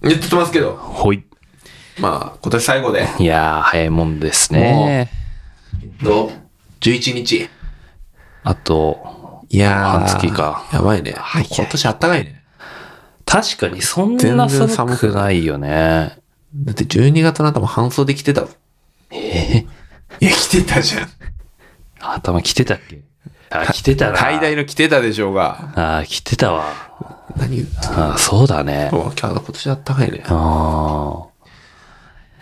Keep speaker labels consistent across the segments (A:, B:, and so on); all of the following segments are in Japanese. A: 言ってますけど、
B: ほい。
A: まあ、今年最後で、
B: いやー、早いもんですね。
A: どう ?11 日。
B: あと、
A: いや
B: 半月か。
A: やばいね。今年あったかいね。
B: 確かにそん
A: 全
B: な
A: 然寒
B: 寒く
A: く
B: ないよね。
A: だって12月の頭半袖着てたもん。えいや、着てた じゃん。
B: 頭着てたっけあ、着てたな。
A: 最大の着てたでしょうが。
B: あー、着てたわ。
A: 何言ってんの
B: あーそうだね。
A: 今日は今年あったかいね。
B: あ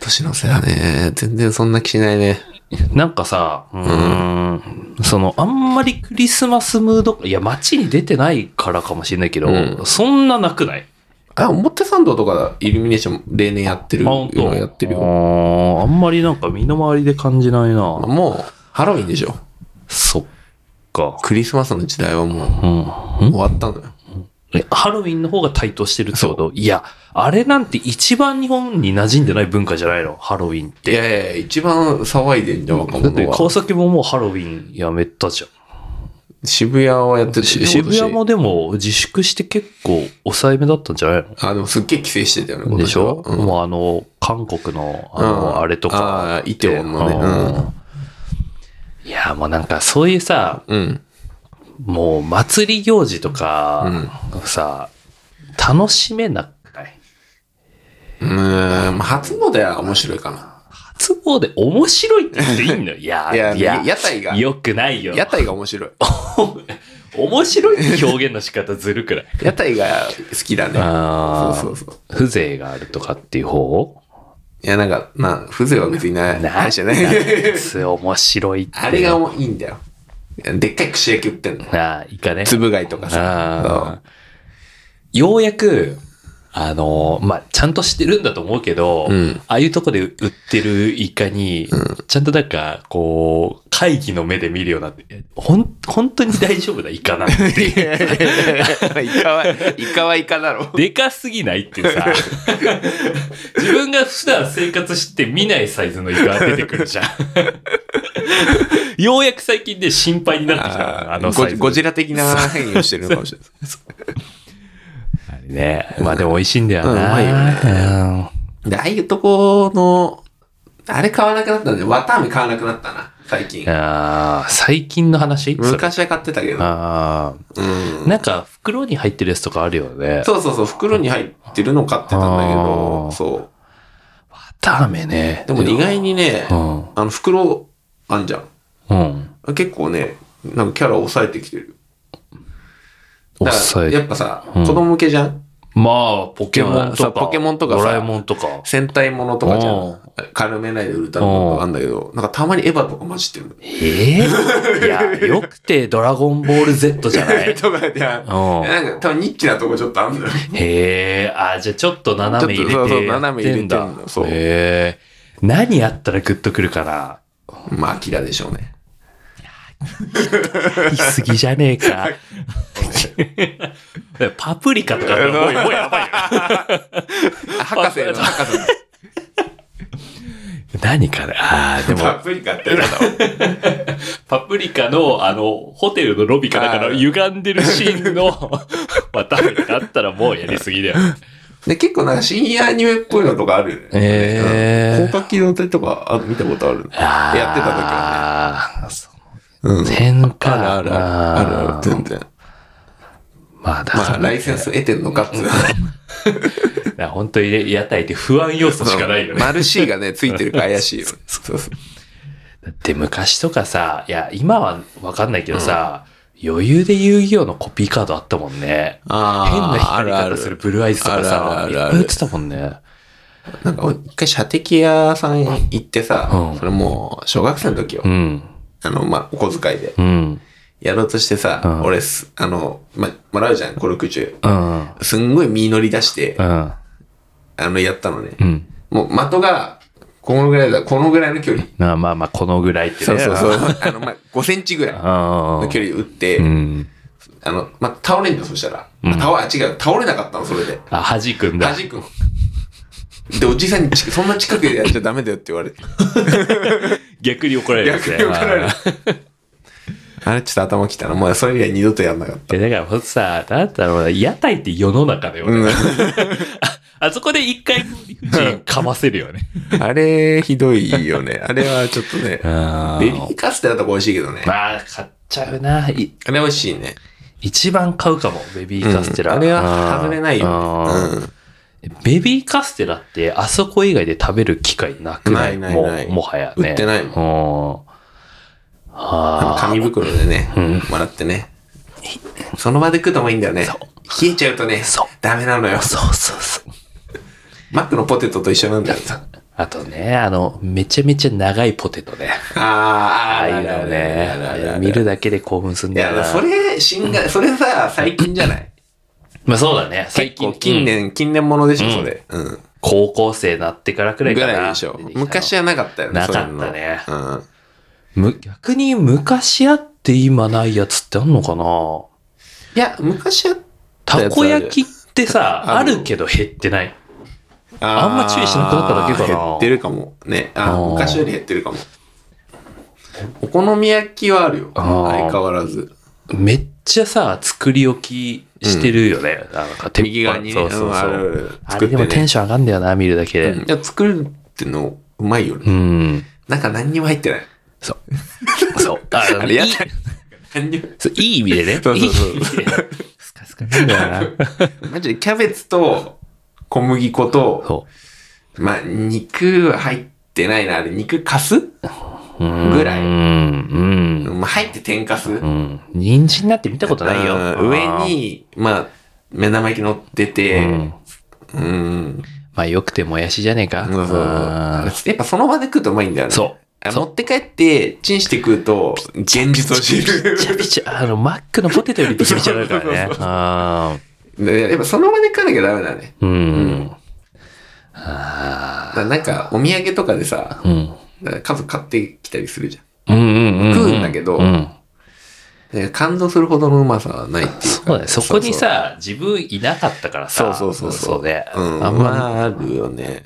A: 年の瀬だね。全然そんな気しないね。
B: ーなんかさ、うーん、その、あんまりクリスマスムード、いや、街に出てないからかもしれないけど、
A: うん
B: そんななくない
A: あ、表参道とかイルミネーション例年やってる
B: あ、本当
A: のやってるよ。
B: あーあんまりなんか身の回りで感じないな。
A: もう、ハロウィンでしょ。
B: そっか。
A: クリスマスの時代はもう
B: う
A: 終
B: ん。
A: わったのよ。
B: えハロウィンの方が台頭してるってこといや、あれなんて一番日本に馴染んでない文化じゃないのハロウィンっ
A: い
B: て。
A: やいや一番騒いでんじゃん、若
B: だって
A: 者は。
B: 川崎ももうハロウィンやめたじゃん。
A: 渋谷はやってるし、
B: 渋谷
A: 今年。
B: もでも自粛して結構抑えめだったんじゃない
A: あ、でもすっげえ規制してたよね、
B: の
A: 今
B: で
A: 年
B: しょ
A: は、うん
B: もうあの、韓国の、あの、
A: うん
B: あれとか。
A: あーイテウォンのね
B: うんいや、もうなんかそういうさ、
A: うん。
B: もう祭り行事とか、さ、楽しめなくないう
A: ーん、初詣は面白いかな。
B: 初詣面白いって言っていい のいや、
A: いや屋台が
B: よくないよ。
A: 屋台が面白い。
B: 面白いって表現の仕方ずるくない
A: 屋台が好きだね。
B: あ
A: そ
B: ー
A: うそうそう。
B: 風情があるとかっていう方
A: いや、なんか、まあ、風情は別にない。大してない。
B: す面白いって。
A: あれがもういいんだよ。でっかい串焼き売ってんの。
B: ああ、いいかね。
A: つぶ貝とか
B: あ
A: さ。
B: ーようやく、あのー、まあ、ちゃんとしてるんだと思うけど、
A: うん
B: ああいうとこで売ってるイカに、ちゃんとなんか、こう、会議の目で見るようになって、ほん、 本当に大丈夫だ、イカなんていう。
A: うん イカは、イカはイカだろ。
B: でかすぎないって さ、自分が普段生活して見ないサイズのイカが出てくるじゃん。ようやく最近で心配になってきた、あのサイズ。
A: ゴジラ的な変異をしてるのかもしれない。
B: あれね。まあでも美味しいんだよな。
A: うんうまいよ
B: ね。
A: で、ああいうとこの、あれ買わなくなったんで、わたあめ買わなくなったな、最近。
B: あー最近の話それ
A: 昔は買ってたけど。
B: あ
A: うん
B: ー。なんか袋に入ってるやつとかあるよね。
A: そうそうそう、袋に入ってるの買ってたんだけ
B: あー
A: ど、そ
B: ダメね。
A: う。でも意外にね、
B: うん。
A: あの、袋、あんじゃん。
B: うん。
A: 結構ね、なんかキャラ抑えてきてる。だか
B: 抑
A: ら
B: え
A: や
B: て。
A: っぱさ、
B: うん
A: 子供向けじゃん
B: まあ、ポケモンとか。
A: そうポケモンとかさ
B: ドラえもんとか。
A: 戦隊ものとかじゃ
B: うん
A: ん。軽めないで売るためのとかあんだけど、なんかたまにエヴァとか混じってるの。
B: ええ いや、よくてドラゴンボール Z じゃない
A: とかじゃん。
B: うん
A: なんか多分ニッチなとこちょっとあんのよ。
B: へえ、あ、じゃあちょっと斜め入れて
A: ちょっとそうそう
B: や
A: 斜め
B: ってんだ
A: 入れてんのそう
B: へえ。何やったらグッとくるかな
A: まあ、アキラでしょうね。
B: 言い過ぎじゃねえか。 パプリカとかもうもうやばいよ。
A: あ 博士の、博士の。
B: 何かね。ああ、で
A: パ
B: も、
A: プリカってなんだろう。
B: パプリカの、あの、ホテルのロビかだか
A: あ
B: ら
A: ー
B: 歪んでるシーンの、 また、あったらもうやりすぎだよ。
A: で、結構なんか深夜アニメっぽいのとかあるよね。
B: へー
A: うん広角機動隊とかあ見たことある
B: あー
A: やってた時はね。
B: そ
A: うん。
B: の点か。
A: あるあるある。あるある、全然。
B: まあ、だ
A: ま
B: か
A: あ、
B: ら、
A: ライセンス得てんのかって。
B: だから本当にね屋台って不安要素しかないよね。
A: マル C がね、ついてるから怪しいよね。そうそう。
B: だって昔とかさ、いや、今はわかんないけどさ、余裕で遊戯王のコピーカードあったもんね。
A: あ
B: 変な光り方するブルーアイズとかさ、
A: あるあるあ
B: いっ
A: る
B: ぱ
A: ある
B: い売ってたもんね。
A: なんか、一回射的屋さん行ってさ、
B: うん
A: それもう、小学生の時よ。
B: うん。
A: あの、まあ、お小遣いで。
B: うん。
A: やろうとしてさ、
B: うん
A: 俺す、あの、ま、もらうじゃん、5、60。
B: うん。
A: すんごい身乗り出して、
B: うん。
A: あの、やったのね。
B: うん。
A: もう、的が、このぐらいだ、このぐらいの距離。
B: まあまあまあ、このぐらいってね。。
A: そうそうそうう。あの、ま、5センチぐらいの距離で打って、
B: うん。
A: あの、ま、倒れんだよ、そしたら。倒れ、あ違う、倒れなかったの、それで。
B: あ、弾くんだ。
A: 弾くの。で、おじさんにち、そんな近くでやっちゃダメだよって言われて。
B: 逆に怒られるやつ
A: 逆
B: ね。
A: に怒られる
B: はい。
A: あれ、ちょっと頭きたな。もう、それ以来二度とやんなかった。
B: えだからほんとさ、なんだろうな、屋台って世の中だよね。
A: うん
B: あそこで一回理不尽かませるよね。
A: あれ、ひどいよね。あれはちょっとね。
B: あ
A: ベビーカステラとか美味しいけどね。
B: まあ、買っちゃうな。い
A: あれ美味しいね。
B: 一番買うかも、ベビーカステラ。
A: うんあれは外れないよね。
B: あーベビーカステラって、あそこ以外で食べる機会なくない
A: ないないない
B: もうもはやね。
A: 売ってないも
B: もん。ああ。
A: 紙袋でね、
B: ん
A: もらってね。その場で食うのもいいんだよね
B: そう。
A: 冷えちゃうとね
B: そう、
A: ダメなのよ。
B: そうそうそう。
A: マックのポテトと一緒なんだよ。
B: あとね、あの、めちゃめちゃ長いポテトね。あ
A: あ
B: あ
A: ーあー、
B: いうの
A: あるあるあるある
B: ね。見るだけで興奮するん
A: い
B: だよ
A: や、
B: な。
A: それ、新が、それさ、最近じゃない
B: まあそうだね。 最近
A: こう、近
B: うん
A: 年、近年ものでしょ、それ。うん。
B: 高校生になってからくらい
A: ぐ
B: かな。
A: らいでしょ
B: 出てき。たの
A: 昔はなかったよね、
B: なかったね
A: そういうのうん。
B: む逆に昔あって今ないやつってあんのかない
A: や、昔は、
B: たこ焼きってさ、あ
A: ある
B: るけど減ってない。
A: あ
B: あんま注意しなくなっただけかな
A: ー減ってるかも。ね。あ
B: あ
A: ー
B: ー
A: 昔より減ってるかも。お好み焼きはあるよ。
B: あー
A: 相変わらず。
B: めっちゃさ、作り置きしてるよね。なんか鉄板
A: 右側にね、
B: そうそううんそ
A: あ
B: う。
A: る
B: あ
A: 作
B: れ
A: って
B: で
A: ね
B: もテンション上がんだよな、見るだけで。
A: いや、作るっての、うまいよ
B: う
A: ね。
B: ん。
A: なんか何にも入ってない。
B: そう。そう。あ
A: あれ、や
B: いい
A: だ。何にも。
B: そういい意味で ね。
A: そうそうそう
B: いい意味でスカスカなんだよな。
A: マジでキャベツと小麦粉と、
B: そ
A: まあ、肉は入ってないな。あれ、肉かす
B: う。うん
A: ぐらい
B: うん。うん
A: まあ、入って天かす。
B: うん。人参なんて見たことないよ
A: うん。上に、まあ、目玉焼き乗って
B: あ
A: て、
B: ー、うん
A: うん。
B: まあ、よくてもやしじゃねえか。
A: そうそう
B: あー
A: やっぱその場で食うとうまいんだよね。
B: そう。
A: あ持って帰って、チンして食うと、現実を知る
B: びちゃびちゃ、あの、マックのポテトよりびちゃびちゃだからね
A: そうそう。
B: あー。
A: で やっぱその場で食わなきゃダメだね。
B: うん。
A: だ
B: あ
A: からなんか、お土産とかでさ
B: ー、うん。
A: だから家族買ってきたりするじゃん。
B: うんうんうんうん。
A: 食うんだけど
B: うん
A: で感動するほどのうまさはないっていうか
B: そうだね。そこに、さ、自分いなかったから
A: そ
B: さ。
A: うそうそうそう。
B: そうね。
A: うん、
B: あんま、
A: まあ、あるよね。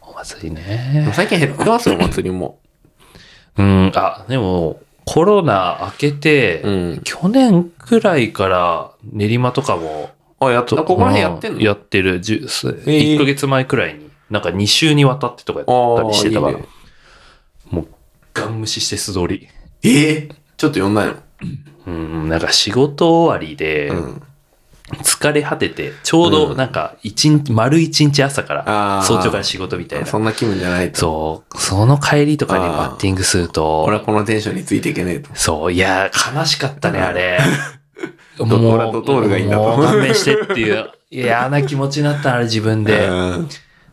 B: お祭り
A: で
B: ね
A: も。最近減ってますよ、お祭りも。
B: うん。あ、でも、コロナ明けて、
A: うん。
B: 去年くらいから練馬とかも、
A: あ、やっと、
B: と
A: ここら辺やってん
B: う
A: の
B: やってる。じゅす
A: ー
B: 1ヶ月前くらいに、なんか2週にわたってとかやったりしてたから、
A: あーいいね
B: もう、ガン無視して素通り。
A: ええちょっと呼んないの
B: うん、なんか仕事終わりで、
A: うん。
B: 疲れ果てて、ちょう
A: う
B: ど
A: ん
B: なんか一日、丸一日朝から
A: あ、ー
B: 早朝から仕事みたいな。
A: そんな気分じゃないと。
B: そう、その帰りとかに
A: あー
B: バッティングすると
A: 俺、はこのテンションについていけねえと。
B: そう、いやー、悲しかったね、
A: うん
B: あれ。
A: 俺はドトールがいいんだと
B: もう勘弁してっていう、嫌な気持ちになったのあれ自分で。
A: うん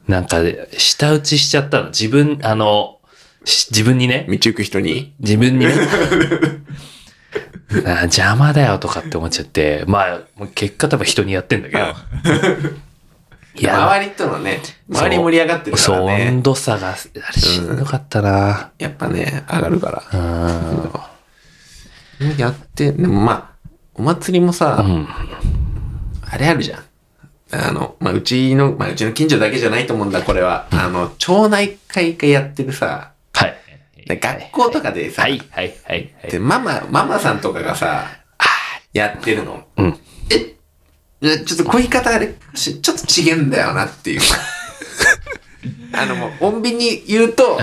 B: なんか、舌打ちしちゃったの。自分、あの、し自分にね
A: 道、行く人に。
B: 自分 にね。あ邪魔だよとかって思っちゃって、まあ、もう結果多分人にやってんだけど。いや、
A: 周りとのね、
B: そう
A: 周り盛り上がってるか
B: そう、
A: らね
B: 温。度差が、あれしんどかったな。
A: やっぱね、上がるから。
B: うん。
A: やって、でもまあ、お祭りもさ、
B: うん。
A: あれあるじゃん。あの、まあ、うちの、まあ、うちの近所だけじゃないと思うんだ、これは。あの、町内会がやってるさ、
B: はい。
A: で学校とかでさ、
B: はい、はい、はい。はい
A: で、ママ、ママさんとかがさ、やってるの。
B: うん
A: え、えちょっとこういう言い方あれかもし、ちょっと違えんだよな っていう。あの、もう、穏便に言うと、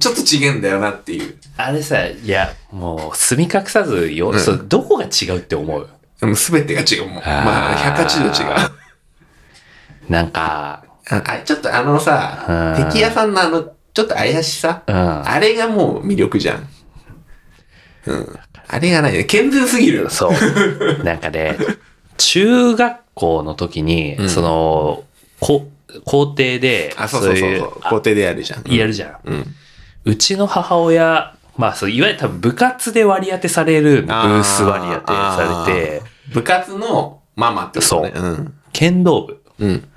A: ちょっと違えんだよなっていう。
B: あれさ、いや、もう、住み隠さずよ、そうどこが違うって思う
A: でも全てが違うもん。まあ、180度違う。
B: なんか、
A: ああちょっとあのさ、
B: うん
A: 敵屋さんのあの、ちょっと怪しさ、
B: うん。
A: あれがもう魅力じゃん。うん。あれがないね。健全すぎるよ。
B: そう。なんかね、中学校の時に、
A: うん
B: その、こ校庭で、
A: あ、そうそうそうそう。
B: そ
A: 校庭でやるじゃん。
B: ういうやるじゃん。
A: うん。
B: うちの母親、まあそう、いわゆる多分部活で割り当てされる、ブ
A: あー
B: ース割り当てされて、
A: 部活のママってことね。うん。
B: 剣道部、
A: うん。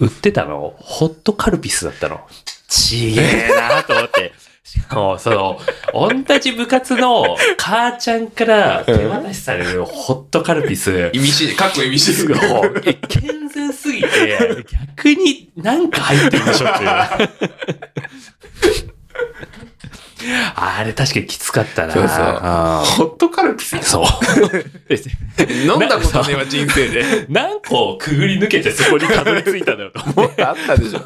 B: 売ってたの、ホットカルピスだったの。ちげえなと 思って。しかも、その、同じ部活の母ちゃんから手渡しされるホットカルピス。
A: 意味深い。かっこ意味深い。
B: もうえ 健全すぎて、逆 になんか入ってるでしょっていう。あれ確かにきつかったな。
A: そうそうホットカルピ ス
B: そう。
A: 飲んだことねえわ、人生で。
B: 何個くぐり抜けてそこにたどり着いたんだろうと思
A: もっとあった でしょ。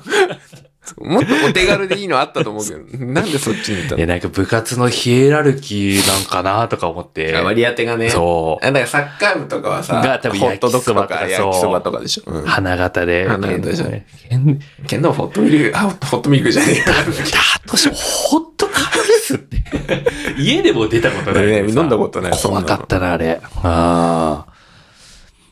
A: もっとお手軽でいいのあったと思うけど、なんでそっちに行った
B: う。いや、
A: の
B: なんか部活のヒエラルキーなんかなとか思って。
A: あ割り当てがね。
B: そう
A: あ。だからサッカー部とかはさ、
B: が多分
A: ホットドッグとか
B: 焼きそばとかそう
A: 焼きそばとかでしょ。うん
B: 花形で。
A: 花形でしょ
B: 変
A: けど、ホットミルク、あ、ホットミルクじゃねえか。
B: だとしても、ホットカルピスって。 家でも出たことないけどさ。
A: ね飲んだことないそんなの
B: 怖かったな、あれ。ああ。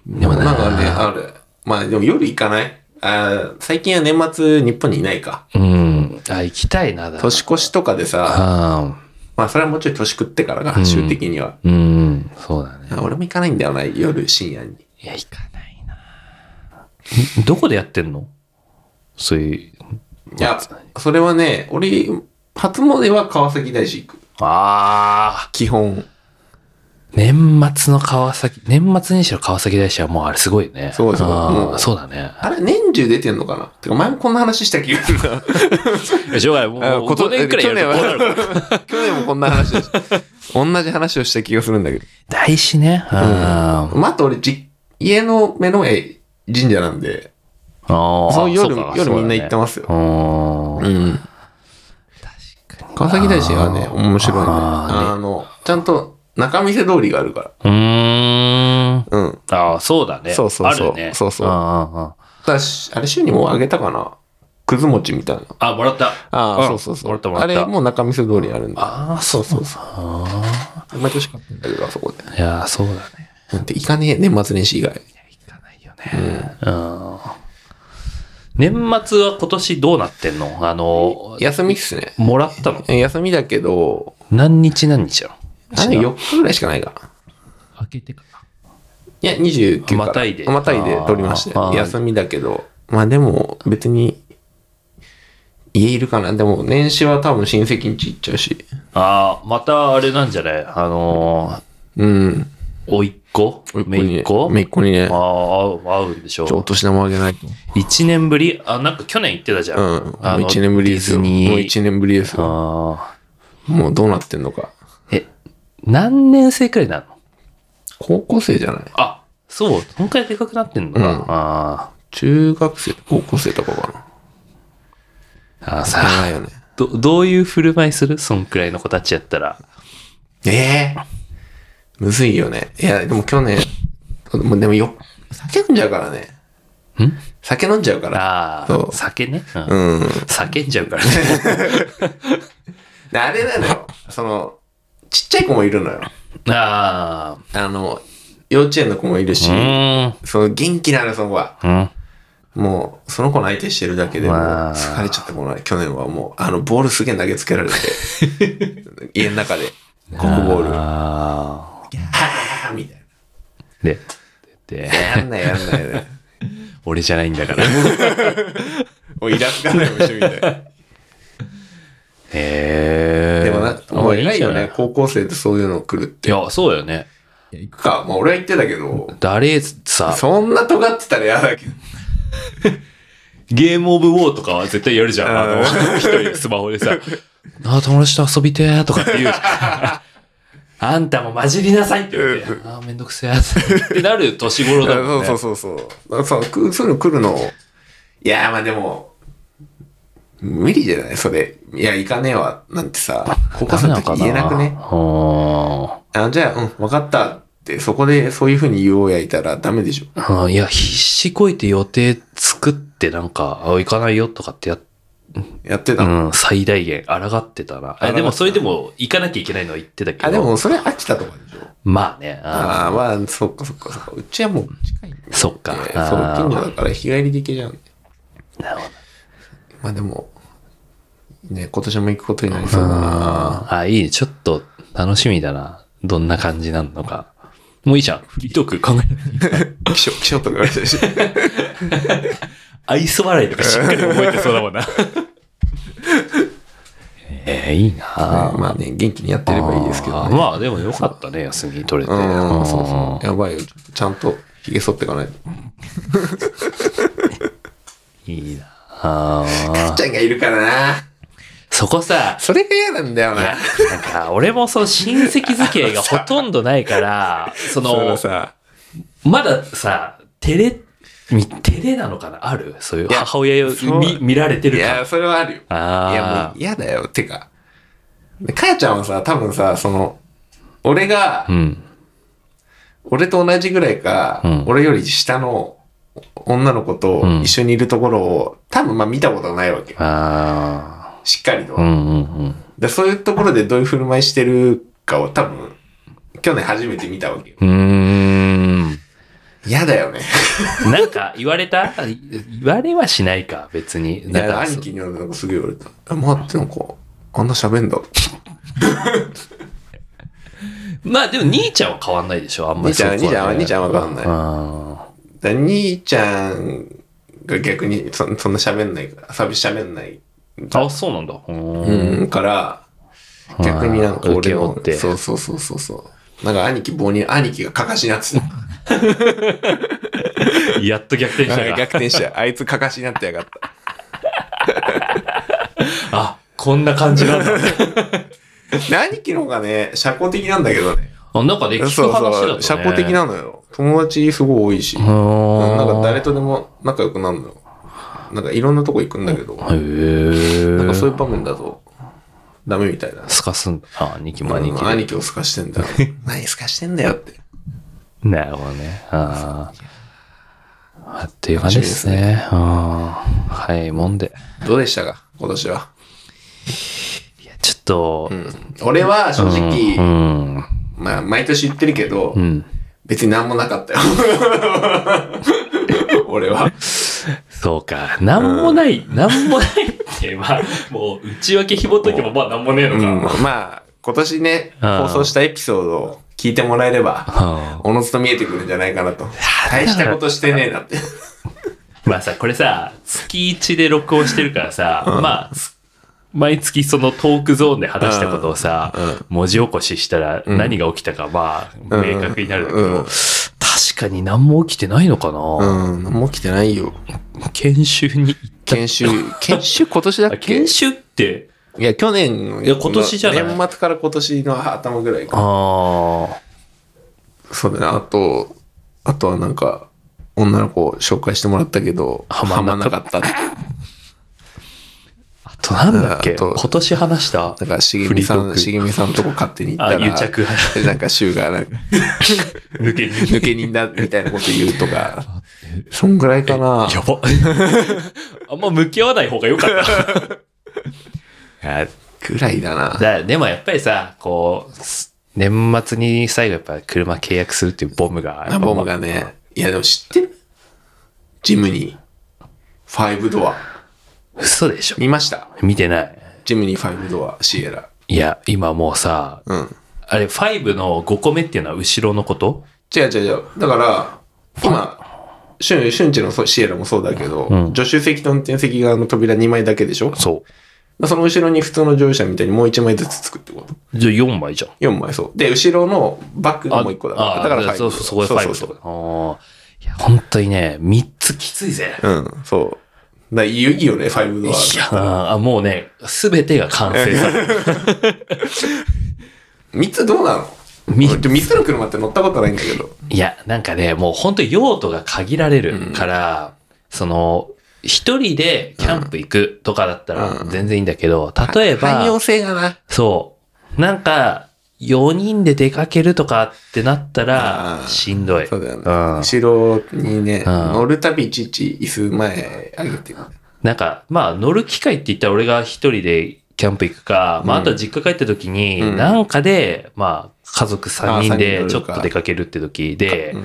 B: でもな
A: なんかね、ある。まあでも夜行かないあー最近は年末日本にいないか。
B: うん。あ、行きたいな、だ
A: 年越しとかでさ、
B: あ
A: まあそれはもうちょい年食ってから
B: う
A: が、
B: ん
A: 週的には。
B: あ。うん。そうだね。
A: あ俺も行かないんだよな、夜深夜に。
B: いや、行かないな。 んどこでやってんのそういう。
A: いや、それはね、俺、初詣は川崎大師行く。
B: ああ。
A: 基本。
B: 年末の川崎、年末年始の川崎大師はもうあれすごいね。
A: そうそう
B: あー
A: もう
B: そうだ ね。
A: あれ、年中出てんのかなてか、前もこんな話した気がするな。
B: いやしょうがない。もうもう5年くらいやるとこうなるから
A: は、去年もこんな話で した。同じ話をした気がするんだけど。
B: 大師ね。あー
A: まあ、あと俺、じ、家の目の前、神社なんで、
B: あー。
A: そう夜
B: か
A: 夜みんな行ってますよ
B: そうだね
A: うん。
B: うーん。
A: 川崎大師はね、面白いね。
B: あーね
A: あの、ちゃんと仲見世通りがあるか
B: うーん。
A: ら。うん。
B: ああ、そうだね。
A: そうそうそう
B: あるね。
A: そうそう
B: あーあー
A: だし、あれ、週にもうあげたかなくず餅みたいな。
B: あーあ、もらった。
A: あ
B: うん
A: あ、そうそうそう。
B: もらったもらった
A: あれ、もう仲見世通りにあるんだ。
B: ああ、そうそうそう。
A: 毎年買ってんだけど、あそこで。
B: いやー、そうだね。
A: なんて、行かねえ、年末年始以外。
B: 行かないよね。うん。年末は今年どうなってんのあの、
A: 休みっすね。
B: もらったの
A: え休みだけど、
B: 何日何日やろ
A: あれ4日ぐらいしかないか。
B: 開けてか
A: いや、29から。
B: またいで
A: またいで取りました
B: あ
A: よ。
B: ー
A: 休みだけど。まあでも、別に、家いるかな。でも、年始は多分親戚ん家行っちゃうし。
B: ああ、またあれなんじゃないあの
A: うん。
B: ー、おいっ子めいっ子
A: めいっ子にね。
B: ああ、合う合うんでしょ
A: ちょ、お
B: う。
A: 年玉あげないと。
B: 一年ぶりあ、なんか去年行ってたじゃ。
A: うんん。もう
B: あの
A: 1年ぶりですよ。
B: ディズニー
A: もう1年ぶりですよ。
B: ああ。
A: もうどうなってんのか。
B: え、何年生くらいなの
A: 高校生じゃない
B: あ、そう、そんくらいでかくなってんのか。
A: うん
B: あ
A: 中学生、高校生とかかな。
B: ー
A: 行か
B: あー、
A: な
B: さ
A: いよね。
B: ど、どういう振る舞いするそんくらいの子たちやったら。
A: ええむずいよね。いや、でも去年、もうでもよ、酒飲んじゃうからね。
B: ん
A: 酒飲んじゃうから。
B: あ
A: そ
B: あ、
A: う
B: 酒ね。うん
A: うん。
B: 叫んじゃうからね。
A: であれなのよ。 その、ちっちゃい子もいるのよ。
B: あ
A: あの、幼稚園の子もいるし
B: あ、う、ーん。
A: その元気なのよ、その子は。
B: うん。
A: もう、その子の相手してるだけでもう、
B: まあ
A: 疲れちゃってもない。去年はもう、あの、ボールすげえ投げつけられて、 家の中で、コックボール、あ
B: ああ。
A: ーみたい
B: で、で、
A: な。やんないやんないね。
B: 俺じゃないん だから。
A: もうイラつかないもん、趣味で。
B: へえ。
A: でもな、もう偉いよね。。高校生ってそういうの来るって。
B: いや、そうだよね。
A: 行くか。まあ俺は行ってたけど、
B: 誰さ、
A: そんな尖ってたら嫌だけど。
B: ゲームオブウォーとかは絶対やるじゃん。あの、 一人でスマホでさ、なあ、友達と遊びてーとかって言う じゃん。あんたも混じりなさいって言って、ああ、めんどくせえってなる年頃だもん
A: そう
B: ね。
A: そうそうそう。だからさくそういうの来るの。いやーまあでも、無理じゃないそれ。いや、行かねえわ。なんてさ、高校生の時言えなくね。
B: あー
A: あじゃあ、うん、分かったって、そこでそういうふうに言おうやいたらダメでしょ。
B: あーいや、必死こいて予定作ってなんか、あ行かないよとかってやっ
A: やってた。
B: うん、最大限、抗ってたな。
A: 抗っ
B: あ
A: てた
B: でも、それでも、行かなきゃいけないのは言ってたけど。
A: あ、でもそれ飽きたとかでしょ。
B: まあね、あ
A: ああー、まあ、そっかそっかそっか。うちはもう近いんで。
B: そっか
A: そう、近
B: あー
A: 所だから日帰りで行けちゃうんで。
B: なるほど。
A: まあでも、ね、今年も行くことになりそうだな。
B: ああ、いいね。ちょっと、楽しみだな。どんな感じなのか。もういいじゃん。フリートーク考えなくていい。
A: 気象、気象とか言われてるし。
B: 愛想笑いとかしっかり覚えてそうだもんな。 ええいいな
A: まあね、元気にやってればいいですけど
B: あー
A: ね。
B: まあ、でもよかったね。休み取れて。
A: うん、そう
B: うん
A: そう。やばいよ。ちゃんと、髭剃ってかないと。
B: いいなあー
A: ちゃんがいるからな。
B: そこさ、
A: それが嫌なんだよ
B: いや
A: な。、
B: なんか、俺もその親戚付き合いがほとんどないから、
A: そ
B: そ
A: の
B: の、
A: さ、
B: まださ、照れ、み照れなのかなあるそういう
A: いや
B: 母親を
A: そう
B: 見見られて
A: い
B: る
A: や、
B: か。
A: それはあるよ。いや、も
B: あ
A: う嫌だよ。てか。でかやちゃんはさ、多分さ、その、俺が
B: あ。う、ん。
A: 俺と同じぐらいか、
B: うん
A: 俺より下の女の子と
B: うん
A: 一緒にいるところを、多分まあ見たことないわけよ。
B: あ
A: しっかりと。
B: あ。うんうんうん。
A: でそういうところでどういう振る舞いしてるかを多分、去年初めて見たわけよ。
B: うーん。
A: 嫌だよね。
B: なんか言われた言われはしないか、別に。
A: い
B: なん
A: や、
B: か
A: 兄貴にはなんかすげえ言われた。あ、待って、なんか、あんな喋んだ。
B: まあでも兄ちゃんは変わんないでしょ、あんま
A: 兄
B: り
A: ち
B: そこ
A: ゃん、
B: は
A: 兄
B: ね。
A: ちゃんは、兄ちゃんはわかんない。
B: あ
A: だ兄ちゃんが逆にそそんな喋んないから、サビ喋んない。
B: ーあ、そうなんだ。う。
A: うんん、から、逆になんか
B: 受
A: 俺
B: け
A: の
B: 負って。
A: そうそうそうそうそう。なんか兄貴棒に、兄貴がかかしにな ってた。
B: やっと逆転したか。
A: 逆転した。あいつかかしになってやがった。
B: あ、こんな感じなんだ。
A: で兄貴の方がね、社交的なんだけどね。
B: あなんかね、
A: そう
B: 聞く話だと、ね、
A: そう、社交的なのよ。友達すごい多いし、
B: な
A: なんか誰とでも仲良くなるのよ。なんかいろんなとこ行くんだけど、
B: へー
A: なんかそういう場面だと、ダメみたいな。
B: すかすんだ。あ、兄貴も兄
A: 兄
B: 貴
A: 貴
B: で。
A: 兄貴をすかしてんだ よ。何すかしてんだよって。
B: なるほどね。あーあ。っていう感じですね。あーはい、もんで。
A: どうでしたか今年は。
B: いや、ちょっと、
A: 俺は正
B: う
A: 直、
B: ん。
A: まあ、毎年言ってるけど
B: う、ん。
A: 別に何もなかったよ。 俺は。
B: そうか。なんもない、なんもないって、まあ、もう、内訳紐解けば、まあ、なんもねえのか。
A: まあ、今年ね、
B: うん
A: 放送したエピソードを聞いてもらえれば、
B: は
A: おのずと見えてくるんじゃないかなと。大したことしてねえなって。
B: あまあさ、これさ、月1で録音してるからさ、まあ、つ毎月そのトークゾーンで話したことをさ、文字起こししたら何が起きたか、まあ、
A: ん
B: 明確になるんだけど、
A: うん
B: 確かに何も起きてないのかな、
A: ん、何も来てないよ。
B: 研修に行った
A: 研 修、研修今年だ
B: あ研修って、
A: いや、去年の
B: いや今年じゃない
A: 年末から今年の頭ぐらいか。
B: ああ、
A: そうだね。あと、あとはなんか、女の子を紹介してもらったけど、
B: ハ
A: ハ
B: マ
A: マ
B: ん
A: ん
B: な
A: な
B: か
A: かった。だか
B: あとなんだっけ
A: あと
B: 今年話した
A: ら、しげ
B: フリ
A: み
B: ー
A: さ
B: トー
A: ん、
B: ク
A: しげみさんとこ勝手に行った
B: あ、
A: ら、
B: 癒着
A: なんか、週がなんか、
B: 抜けに。
A: 抜け人だみたいなこと言うと か、そんぐらいかな。
B: やば。 あんま向き合わない方が良か った。
A: ぐらいだな。
B: だでもやっぱりさ、こう、す年末に最後やっぱ車契約するっていうボムが。
A: あボムがね。いや、でも知ってるジムニー。ファイブドア。
B: 嘘でしょ
A: 見ました
B: 見てない。
A: ジムニーファイブドア、シエラ。
B: いや、今もうさ、
A: うん。
B: あれ5の5個目っていうのは後ろのこと
A: 違う違う違う。だから、今、シュン、シュンチのそうシエラもそうだけど、
B: うん
A: 助手席と運転席側の扉2枚だけでしょ
B: そ
A: その後ろに普通の乗用車みたいにもう1枚ずつつくってこと。
B: う。じゃあ4枚じゃん。
A: 4枚そう。で、後ろのバックがもう1個だから。だから
B: あ
A: 5
B: そうそうそこで
A: そうそう
B: 5
A: そ
B: と
A: う。
B: か。あーいや、本当にね、3つきついぜ。
A: うん、そう。だからいいよいいよね、5ドア。
B: いやあもうね、すべてが完成さ れる。
A: 3つどうなの
B: み
A: 俺3つの車って乗ったことないんだけど。
B: いや、なんかね、もう本当に用途が限られるから、その、一人でキャンプ行くとかだったら
A: うん
B: 全然いいんだけど、例えば、
A: 汎用性がな。
B: そう、なんか、4人で出かけるとかってなったら
A: う、ん
B: しんどい。
A: そうだよね。
B: うん
A: 後ろにね、
B: うん
A: 乗るたびいちいち椅子前上げてる。
B: なんか、まあ、乗る機会って言ったら俺が一人でキャンプ行くか、まあ、
A: う
B: あ
A: ん
B: とは実家帰った時に、
A: うん
B: なんかで、まあ、家族3人
A: あー
B: で
A: 三人で
B: ちょっと出かけるって時で、
A: うん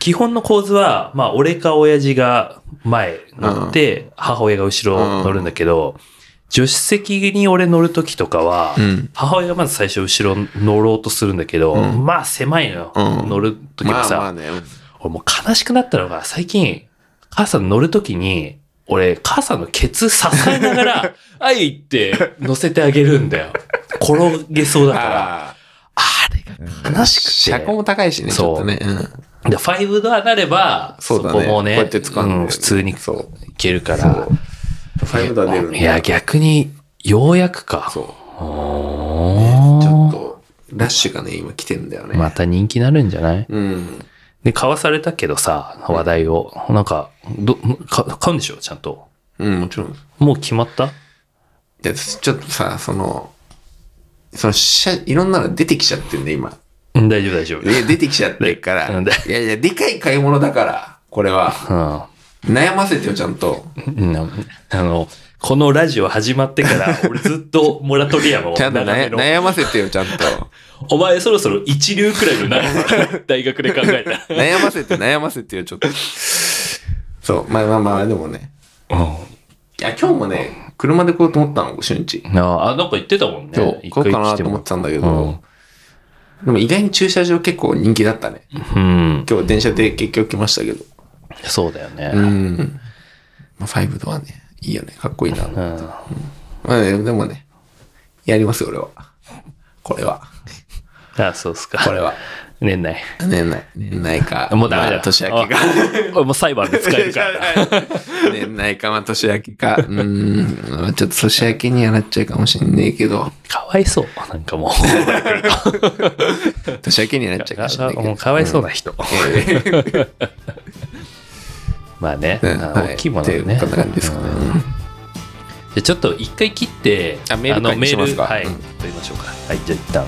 B: 基本の構図は、まあ、俺か親父が前乗って、母親が後ろ乗るんだけど、助手席に俺乗る時とかは、
A: うん
B: 母親がまず最初後ろ乗ろうとするんだけど、
A: うん
B: まあ狭いのよ、
A: うん
B: 乗る時も
A: まあ
B: さ、
A: まあね。うん
B: 俺もう悲しくなったのが、最近、母さん乗るときに、俺、母さんのケツ支えな がら、あいって乗せてあげるんだよ。転げそうだから。
A: あ
B: あれが悲し
A: 車
B: く
A: 高も高いしね、ち
B: そう
A: ょっとね。うん
B: て。で、ファイブドアなれば、
A: そうだね
B: こもね、
A: こうやって掴んで
B: うん普通にい
A: そう
B: けるか
A: そ
B: ら
A: う。。ファイブドア出るんだ
B: いや、逆に、ようやくか。
A: そう。
B: お
A: ね
B: ー
A: ちょっと、ラッシュがね、今来てんだよね。
B: また人気なるんじゃない
A: うん。
B: で、買わされたけどさ、話題を。なんか、ど、か買うんでしょちゃんと。
A: うん、もちろん。
B: もう決まった
A: で、ちょっとさ、その、その、しゃいろんなの出てきちゃってんね、今。
B: うん、大丈夫、大丈夫。
A: で出てきちゃってるか
B: う
A: ら。
B: ん
A: い
B: で
A: やいや、でかい買い物だから、これは。
B: うん。
A: 悩ませてよ、ちゃんと。
B: うんあの、このラジオ始まってから、俺ずっとモラトリア ムを
A: ちゃんと
B: 長め
A: 悩
B: の
A: 悩ませてよ、ちゃんと。
B: お前そろそろ一流くらいの長 さ大学で考えた。
A: 悩ませて、悩ませてよ、ちょっと。そう、まあまあまあ、でもね。いや、今日もね、車で来ようと思ったの、初日。
B: なあ、あなんか言ってたもんね。
A: 今日、来ようかなと思ってたんだけど、でも意外に駐車場結構人気だったね。
B: うん。
A: 今日電車で結局来ましたけど。
B: そうだよね。
A: うん。まあ、ファイブドはね、いいよね。かっこいいな。
B: う
A: ま
B: ん。
A: あ、ね、でもね、やりますよ、俺は。これは。
B: あ、そうっすか。
A: これは。
B: 年内。
A: 年内。年内か。
B: もうダメだ。
A: まあ年明けか。
B: あ。もう裁判で使える からな。
A: 年内か、まあ、年明け か。うーん。まあちょっと年明けにはなっちゃうかもしんねえけど、
B: かわいそう。なんかもう。
A: 年明けにはなっちゃうかもしんねえけ
B: も
A: ど
B: う。かわいそうな人。まあね。
A: うん
B: あ
A: はい
B: 大き いものだよね。
A: ってこんな感じですかね。うん
B: じゃあちょっと一回切って、
A: あメール
B: の
A: 会にしますか
B: メールはい、
A: うん
B: 取りましょうか。はい、じゃあ一旦。